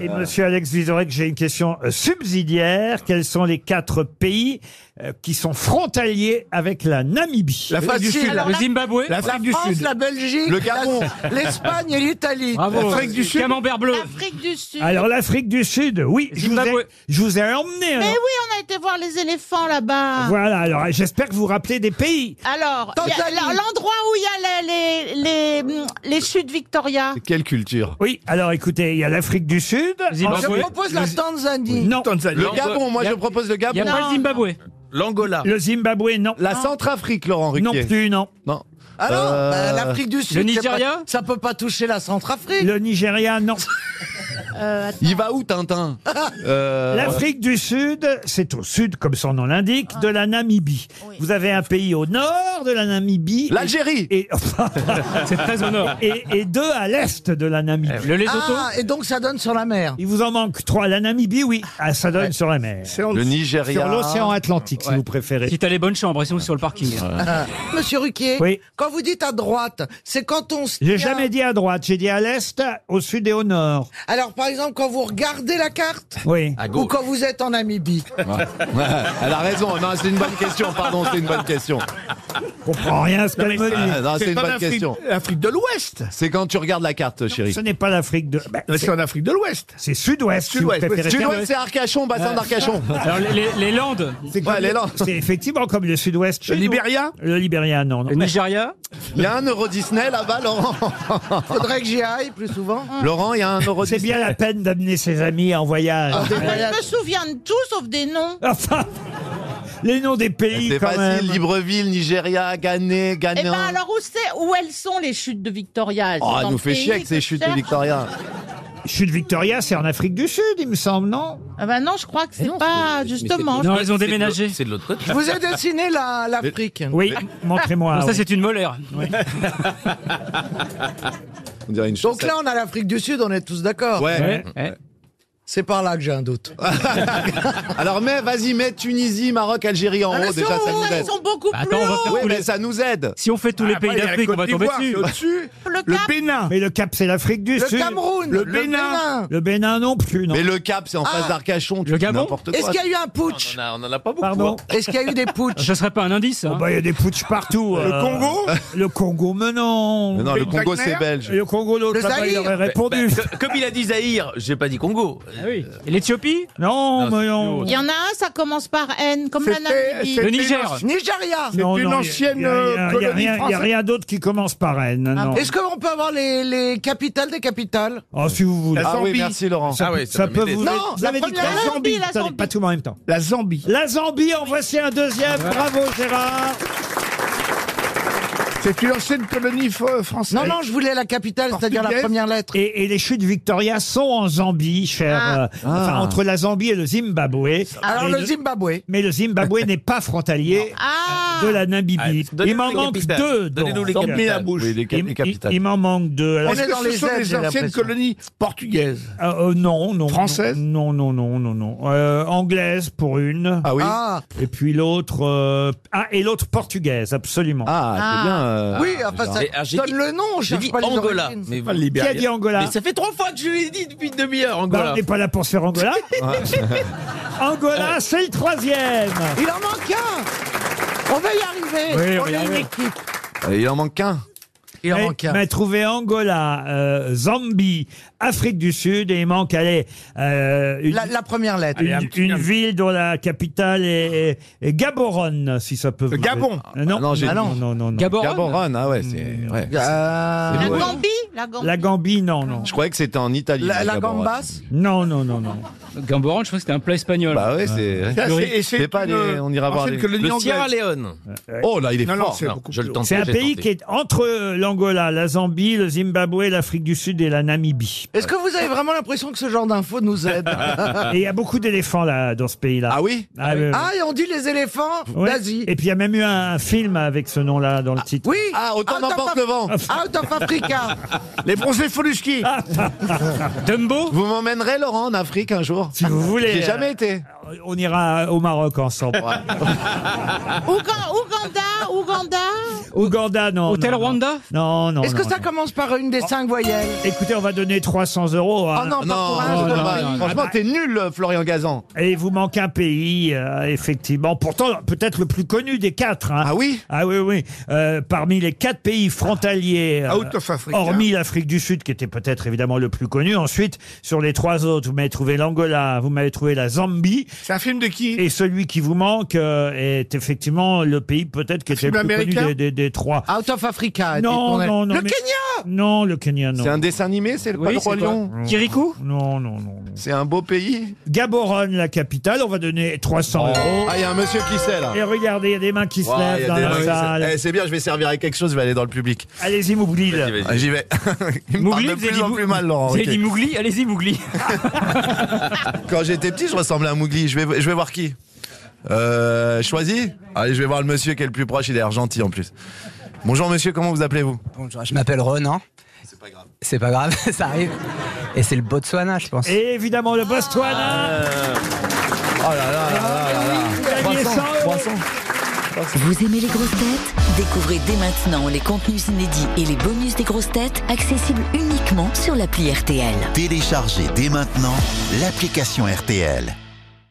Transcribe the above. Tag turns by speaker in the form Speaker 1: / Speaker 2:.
Speaker 1: Et monsieur Alex Vizorek, j'ai une question euh, subsidiaire. Quels sont les quatre pays euh, qui sont frontaliers avec la Namibie
Speaker 2: L'Afrique du
Speaker 3: Ah,
Speaker 2: Sud,
Speaker 4: Alors,
Speaker 2: le
Speaker 4: la-
Speaker 2: Zimbabwe,
Speaker 4: La
Speaker 2: l'Afrique du
Speaker 4: France,
Speaker 2: Sud,
Speaker 4: la Belgique,
Speaker 2: Le Gabon.
Speaker 4: la- l'Espagne et l'Italie.
Speaker 2: l'Afrique du Sud,
Speaker 3: Camembert bleu.
Speaker 5: Afrique du Sud.
Speaker 1: Alors l'Afrique du Sud, oui, je vous, ai,
Speaker 3: Zimbabwe.
Speaker 1: je vous ai emmené.
Speaker 5: Mais
Speaker 1: alors.
Speaker 5: oui, on a été voir les éléphants là-bas.
Speaker 1: Voilà, alors j'espère que vous vous rappelez des pays.
Speaker 5: Alors, il y a-
Speaker 4: Tanzanie.
Speaker 5: la- l'endroit où il y a les, les, les, hum, les chutes Victoria.
Speaker 2: quelle culture
Speaker 1: Oui, alors écoutez, il y a l'Afrique du Sud.
Speaker 4: Je
Speaker 3: Zimbabwe.
Speaker 4: propose la Tanzanie.
Speaker 1: Non,
Speaker 2: Le
Speaker 3: Non,
Speaker 2: Gabon, moi
Speaker 3: y a-
Speaker 2: je propose le
Speaker 3: Il n'y a
Speaker 2: Gabon.
Speaker 3: pas
Speaker 5: Non.
Speaker 3: le Zimbabwe.
Speaker 6: L'Angola.
Speaker 1: le Zimbabwe, non.
Speaker 2: La Centrafrique, Laurent Ruquier.
Speaker 1: Non plus, non.
Speaker 2: Non.
Speaker 4: Alors,
Speaker 2: Euh,
Speaker 4: bah, l'Afrique du Sud.
Speaker 3: le
Speaker 4: c'est
Speaker 3: Nigeria
Speaker 4: pas- Ça peut pas toucher la Centrafrique.
Speaker 1: Le Nigeria, non.
Speaker 2: Il va où, Tintin Euh,
Speaker 1: Euh, L'Afrique du Sud, c'est au sud, comme son nom l'indique, de la Namibie.
Speaker 5: Oui.
Speaker 1: Vous avez un pays au nord de la Namibie. et-
Speaker 2: L'Algérie
Speaker 1: Et,
Speaker 3: C'est très au nord.
Speaker 1: et, et deux à l'est de la Namibie.
Speaker 2: Eh
Speaker 3: Le Lesotho.
Speaker 4: Ah, et donc ça donne sur la mer.
Speaker 1: Il vous en manque trois. La Namibie, oui, ah, ça donne sur la mer.
Speaker 2: Le Nigeria.
Speaker 1: Sur l'océan Atlantique, si vous préférez.
Speaker 3: Si t'as les bonnes chambres, sinon sur le parking.
Speaker 4: Monsieur Ruquier,
Speaker 1: Oui.
Speaker 4: quand vous dites à droite, c'est quand on se
Speaker 1: J'ai
Speaker 4: tient-
Speaker 1: jamais dit à droite, j'ai dit à l'est, au sud et au nord.
Speaker 4: Alors, par exemple, quand vous regardez la carte
Speaker 1: Oui.
Speaker 4: ou quand vous êtes en Namibie.
Speaker 2: Elle a raison, non, c'est une bonne question, pardon, c'est une bonne question.
Speaker 1: Je comprends rien à ce qu'elle me dit.
Speaker 2: Ah, non, c'est une bonne question.
Speaker 6: L'Afrique de l'Ouest.
Speaker 2: C'est quand tu regardes la carte, chérie.
Speaker 1: Ce n'est pas l'Afrique de. ben,
Speaker 6: C'est
Speaker 1: c'est-
Speaker 6: en Afrique de l'Ouest.
Speaker 1: c'est sud-ouest, si vous
Speaker 6: Sud-ouest,
Speaker 1: préférez.
Speaker 2: Tu
Speaker 1: Tiens,
Speaker 2: vois, c'est Arcachon, bassin d'Arcachon.
Speaker 3: Alors les, les- les Landes,
Speaker 1: C'est
Speaker 2: Ouais,
Speaker 1: comme
Speaker 2: elle est
Speaker 1: le-
Speaker 2: là.
Speaker 1: c'est effectivement comme le sud-ouest. chez
Speaker 6: Le
Speaker 1: nous.
Speaker 6: Libéria.
Speaker 1: Le Libéria, non. non.
Speaker 3: le Nigeria,
Speaker 2: Il y a un Euro Disney là-bas, Laurent.
Speaker 4: Faudrait que j'y aille plus souvent.
Speaker 2: Laurent, il y a un Euro
Speaker 1: C'est
Speaker 2: Disney.
Speaker 1: bien la peine d'amener ses amis en voyage.
Speaker 5: Moi, je Ah, me souviens de tout sauf des noms.
Speaker 1: Enfin, les noms des pays,
Speaker 2: C'est
Speaker 1: quand
Speaker 2: facile,
Speaker 1: même.
Speaker 2: Libreville, Nigeria, Ghané,
Speaker 5: Eh ben
Speaker 2: Ghanéen.
Speaker 5: alors où c'est où elles sont les chutes de Victoria Elles
Speaker 2: Oh,
Speaker 5: sont
Speaker 2: elle
Speaker 5: dans
Speaker 2: nous
Speaker 5: le
Speaker 2: fait
Speaker 5: pays
Speaker 2: chier avec
Speaker 5: que
Speaker 2: ces
Speaker 5: je
Speaker 2: chutes de
Speaker 5: cherche.
Speaker 2: Victoria.
Speaker 1: Chute Victoria, c'est en Afrique du Sud, il me semble, non
Speaker 5: Ah ben non, je crois que c'est pas justement.
Speaker 3: non, elles ont déménagé.
Speaker 6: de l'autre côté.
Speaker 4: Je vous ai dessiné la- l'Afrique.
Speaker 1: Oui, montrez-moi.
Speaker 3: Ah, ça
Speaker 1: oui.
Speaker 3: c'est une molaire.
Speaker 2: On dirait une chose.
Speaker 4: Donc là, on a l'Afrique du Sud, on est tous d'accord.
Speaker 2: Ouais.
Speaker 3: Ouais.
Speaker 4: C'est par là que j'ai un doute.
Speaker 2: Alors mets, vas-y, mets Tunisie, Maroc, Algérie en
Speaker 4: Ah, mais
Speaker 2: haut, Oh, déjà
Speaker 4: ça,
Speaker 2: ça
Speaker 4: on
Speaker 2: nous
Speaker 5: Elles
Speaker 2: aide.
Speaker 5: sont beaucoup
Speaker 3: Bah,
Speaker 5: plus
Speaker 3: attends, on va
Speaker 5: haut.
Speaker 3: faire-
Speaker 2: Ouais, mais ça nous aide.
Speaker 3: Si on fait tous les pays d'Afrique, on va tomber dessus.
Speaker 6: Au-dessus.
Speaker 5: Le
Speaker 6: Le
Speaker 5: Cap,
Speaker 6: Bénin.
Speaker 1: Mais le Cap, c'est l'Afrique du
Speaker 4: Le
Speaker 1: Sud.
Speaker 4: Cameroun,
Speaker 6: Le
Speaker 4: le,
Speaker 6: Bénin.
Speaker 4: Bénin.
Speaker 1: Le Bénin non plus, non.
Speaker 2: Mais le Cap, c'est en face d'Arcachon. tu
Speaker 3: Le
Speaker 2: dis
Speaker 3: Gabon
Speaker 2: n'importe quoi.
Speaker 4: Est-ce qu'il y a eu un putsch
Speaker 6: On en a pas beaucoup.
Speaker 1: Pardon
Speaker 4: Est-ce qu'il y a eu des putschs
Speaker 3: Ce serait pas un indice.
Speaker 2: Ah
Speaker 3: hein.
Speaker 1: Bah, il y a des putschs partout.
Speaker 6: Le
Speaker 1: euh,
Speaker 6: Congo
Speaker 1: Le Congo, mais non.
Speaker 2: Mais non, le
Speaker 6: Ben
Speaker 2: Congo,
Speaker 6: Wagner
Speaker 2: c'est belge.
Speaker 1: Le Congo, l'autre,
Speaker 4: Le
Speaker 1: là-bas, il
Speaker 4: Zaïre.
Speaker 1: aurait répondu.
Speaker 6: Ben, que- comme il a dit Zahir, j'ai pas dit Congo.
Speaker 3: Ah Et L'Éthiopie,
Speaker 1: Non, mais non.
Speaker 5: il y en a un, ça commence par N, comme la
Speaker 6: C'était-
Speaker 5: Namibie.
Speaker 3: le
Speaker 6: c'était
Speaker 3: Niger.
Speaker 4: Nigeria
Speaker 1: Non,
Speaker 6: une
Speaker 1: non, il y a-
Speaker 6: ancienne,
Speaker 1: il y a rien-
Speaker 6: euh,
Speaker 1: il y a
Speaker 6: colonie
Speaker 1: rien- Il n'y a
Speaker 6: française.
Speaker 1: rien d'autre qui commence par N. non.
Speaker 4: Est-ce qu'on peut avoir les, les capitales des capitales
Speaker 1: Oh, si vous voulez.
Speaker 6: La
Speaker 2: Ah oui,
Speaker 6: Zambie.
Speaker 2: merci Laurent.
Speaker 6: Ah ouais,
Speaker 1: Ça
Speaker 6: ça
Speaker 1: peut
Speaker 6: m'aide.
Speaker 1: vous.
Speaker 4: Non,
Speaker 1: vous
Speaker 4: la
Speaker 1: avez dit
Speaker 4: première,
Speaker 1: quoi
Speaker 5: la Zambie, la
Speaker 1: Attendez,
Speaker 5: Zambie.
Speaker 1: pas tout en même temps.
Speaker 6: La Zambie.
Speaker 1: La Zambie, en voici un deuxième. Bravo Gérard.
Speaker 6: C'est une ancienne colonie fr- française.
Speaker 4: Non, non, je voulais la capitale, c'est-à-dire la
Speaker 6: Portugaise.
Speaker 4: première lettre.
Speaker 1: Et, et les chutes Victoria sont en Zambie, cher.
Speaker 5: Ah.
Speaker 1: euh, Enfin, entre la Zambie et le Zimbabwe.
Speaker 4: Alors
Speaker 1: Mais
Speaker 4: le Zimbabwe.
Speaker 1: Mais le Zimbabwe n'est pas frontalier
Speaker 5: Ah
Speaker 1: de la Namibie.
Speaker 6: Allez,
Speaker 1: Il
Speaker 6: donnez-nous
Speaker 1: m'en
Speaker 6: les
Speaker 1: manque
Speaker 6: capitales.
Speaker 1: deux.
Speaker 6: Donnez-nous
Speaker 1: donc.
Speaker 6: les
Speaker 1: Donc,
Speaker 6: capitales.
Speaker 2: Ah, Oui, les, cap-
Speaker 1: Il,
Speaker 2: les
Speaker 1: il-
Speaker 2: capitales.
Speaker 1: il m'en manque deux. Alors,
Speaker 6: Est-ce
Speaker 4: est
Speaker 6: que
Speaker 4: dans
Speaker 6: ce
Speaker 4: les
Speaker 6: sont
Speaker 4: aides,
Speaker 6: des
Speaker 4: j'ai
Speaker 6: anciennes
Speaker 4: l'impression.
Speaker 6: colonies portugaises
Speaker 1: euh, euh, non, non.
Speaker 6: Française
Speaker 1: Non, non, non, non, non. Euh, anglaise pour une.
Speaker 2: Ah oui. Ah,
Speaker 4: Ah
Speaker 1: Et puis l'autre. euh, Ah, et l'autre portugaise, absolument.
Speaker 2: Ah, c'est bien. euh,
Speaker 4: oui, enfin ça
Speaker 2: Gérard.
Speaker 6: Ah, j'ai dit-
Speaker 4: donne le nom, on
Speaker 6: J'ai
Speaker 4: cherche
Speaker 6: dit
Speaker 4: pas les
Speaker 6: Angola.
Speaker 4: origines.
Speaker 6: Mais,
Speaker 1: Qui a dit Angola
Speaker 6: mais ça fait trois fois que je l'ai dit depuis une demi-heure,
Speaker 1: Bah,
Speaker 6: Angola.
Speaker 1: on n'est pas là pour se faire Angola. Angola, c'est le troisième.
Speaker 4: Il en manque un On va y arriver
Speaker 1: Oui, on
Speaker 4: On
Speaker 1: va y
Speaker 4: est une
Speaker 1: arriver.
Speaker 4: équipe
Speaker 2: Euh, Il en manque qu'un.
Speaker 4: Il en
Speaker 1: Mais-
Speaker 4: manque un.
Speaker 1: m'a trouvé Angola, euh, Zambie, Afrique du Sud et il manque allez, euh, une,
Speaker 4: La, la première lettre.
Speaker 1: une- une ville dont la capitale est, est Gaborone, si ça peut vous
Speaker 6: Le Gabon.
Speaker 1: Euh, non,
Speaker 2: Ah non, j'ai
Speaker 1: non, non,
Speaker 2: dit.
Speaker 1: non, non, non.
Speaker 3: Gaborone.
Speaker 2: Gaborone, ah ouais, c'est. Ouais.
Speaker 4: Euh,
Speaker 5: La
Speaker 2: Ouais.
Speaker 5: Gambie La Gambie
Speaker 1: La Gambie, non, non.
Speaker 2: Je croyais que c'était en Italie.
Speaker 4: la, la
Speaker 2: Gaborone.
Speaker 4: Gambas
Speaker 1: Non, non, non, non.
Speaker 3: Gamborange, je crois que c'était un plat espagnol.
Speaker 2: Bah ouais, c'est.
Speaker 6: Ça, c'est- et
Speaker 2: C'est pas
Speaker 6: une
Speaker 2: les- on ira voir
Speaker 6: ancienne
Speaker 2: les-
Speaker 6: colonie
Speaker 2: Le
Speaker 6: anglaise.
Speaker 2: Sierra
Speaker 6: Leone.
Speaker 2: Oh là, il est
Speaker 6: Non, non,
Speaker 2: fort.
Speaker 6: c'est beaucoup plus haut.
Speaker 1: C'est un pays qui est entre euh, l'Angola, la Zambie, le Zimbabwe, l'Afrique du Sud et la Namibie.
Speaker 4: Est-ce que vous avez vraiment l'impression que ce genre d'infos nous aide Hein
Speaker 1: Et il y a beaucoup d'éléphants là dans ce pays-là.
Speaker 2: Ah oui
Speaker 1: Ah, oui, oui.
Speaker 4: Ah, et on dit les éléphants
Speaker 1: Ouais.
Speaker 4: d'Asie.
Speaker 1: Et puis il y a même eu un, un film avec ce nom-là dans le titre.
Speaker 4: Oui
Speaker 2: Ah, autant
Speaker 4: Out of
Speaker 2: n'emporte
Speaker 4: Af-
Speaker 2: le vent.
Speaker 4: Out of Africa
Speaker 6: Les bronzés Foluski.
Speaker 1: Ah,
Speaker 3: Dumbo
Speaker 2: Vous m'emmènerez, Laurent, en Afrique un jour
Speaker 1: Si vous voulez.
Speaker 2: J'ai
Speaker 1: euh,
Speaker 2: jamais été.
Speaker 1: on ira au Maroc ensemble.
Speaker 5: Ougan- Ouganda, Ouganda.
Speaker 1: Ouganda, non.
Speaker 3: Hôtel
Speaker 1: non, non.
Speaker 3: Rwanda
Speaker 1: Non, non.
Speaker 4: Est-ce que
Speaker 1: oh non,
Speaker 4: ça
Speaker 1: non.
Speaker 4: commence par une des cinq voyelles
Speaker 1: Écoutez, on va donner 300 euros. hein.
Speaker 4: Oh
Speaker 1: à-
Speaker 4: non, pas
Speaker 2: Non,
Speaker 4: pour un.
Speaker 2: c'est
Speaker 1: non,
Speaker 2: dommage.
Speaker 1: non, non.
Speaker 2: Franchement, t'es nul, euh, Florian Gazan.
Speaker 1: Et il vous manque un pays, euh, effectivement. Pourtant, peut-être le plus connu des quatre. hein.
Speaker 2: Ah oui
Speaker 1: Ah oui, oui. Euh, parmi les quatre pays frontaliers,
Speaker 4: Ah,
Speaker 1: euh,
Speaker 6: Out of Africa.
Speaker 1: hormis l'Afrique du Sud, qui était peut-être évidemment le plus connu. Ensuite, sur les trois autres, vous m'avez trouvé l'Angola, vous m'avez trouvé la Zambie.
Speaker 6: C'est un film de qui
Speaker 1: Et celui qui vous manque euh, est effectivement le pays peut-être qui était le
Speaker 6: film
Speaker 1: plus connu
Speaker 6: américain
Speaker 1: des, des- des trois.
Speaker 4: Out of Africa. a été
Speaker 1: non,
Speaker 4: tourné.
Speaker 1: non, non.
Speaker 4: bah, Le
Speaker 1: mais-
Speaker 4: Kenya
Speaker 1: Non, le Kenya,
Speaker 2: C'est
Speaker 1: non.
Speaker 2: un dessin animé, c'est le
Speaker 3: Oui,
Speaker 2: pas le
Speaker 3: c'est
Speaker 2: Roi
Speaker 3: quoi
Speaker 2: Lion
Speaker 3: Kirikou
Speaker 1: Non, non, non. non.
Speaker 2: C'est un beau pays
Speaker 1: Gaborone, la capitale, on va donner 300 euros.
Speaker 2: Ah, il y a un monsieur qui sait, là.
Speaker 1: Et regardez, Oh. il y a des mains qui se
Speaker 2: Ouah, il y
Speaker 1: lèvent
Speaker 2: a
Speaker 1: dans
Speaker 2: des-
Speaker 1: la
Speaker 2: oui,
Speaker 1: salle.
Speaker 2: c'est- Eh, c'est bien, je vais servir à quelque chose, je vais aller dans le public.
Speaker 1: Allez-y, Moublil.
Speaker 2: Ah, J'y vais. Il me parle de
Speaker 3: vous avez
Speaker 2: plus
Speaker 3: dit
Speaker 2: en
Speaker 3: Mou-
Speaker 2: plus mal, Laurent.
Speaker 3: Vous avez
Speaker 2: ok.
Speaker 3: dit Mougli Allez-y, Mougli.
Speaker 2: Quand j'étais petit, je ressemblais à Mougli. Je vais, je vais voir qui euh, Choisi Allez, je vais voir le monsieur qui est le plus proche. Il a l'air gentil en plus. Bonjour monsieur, comment vous appelez-vous
Speaker 7: Bonjour, je m'appelle Renan. C'est pas grave. C'est pas grave, ça arrive. Et c'est le Botswana, je pense.
Speaker 1: Et évidemment, le
Speaker 2: Ah.
Speaker 1: Botswana.
Speaker 2: Oh là là là là là là.
Speaker 1: vous gagnez 100 euros.
Speaker 8: Vous aimez les grosses têtes Découvrez dès maintenant les contenus inédits et les bonus des grosses têtes accessibles uniquement sur l'appli RTL.
Speaker 9: Téléchargez dès maintenant l'application RTL.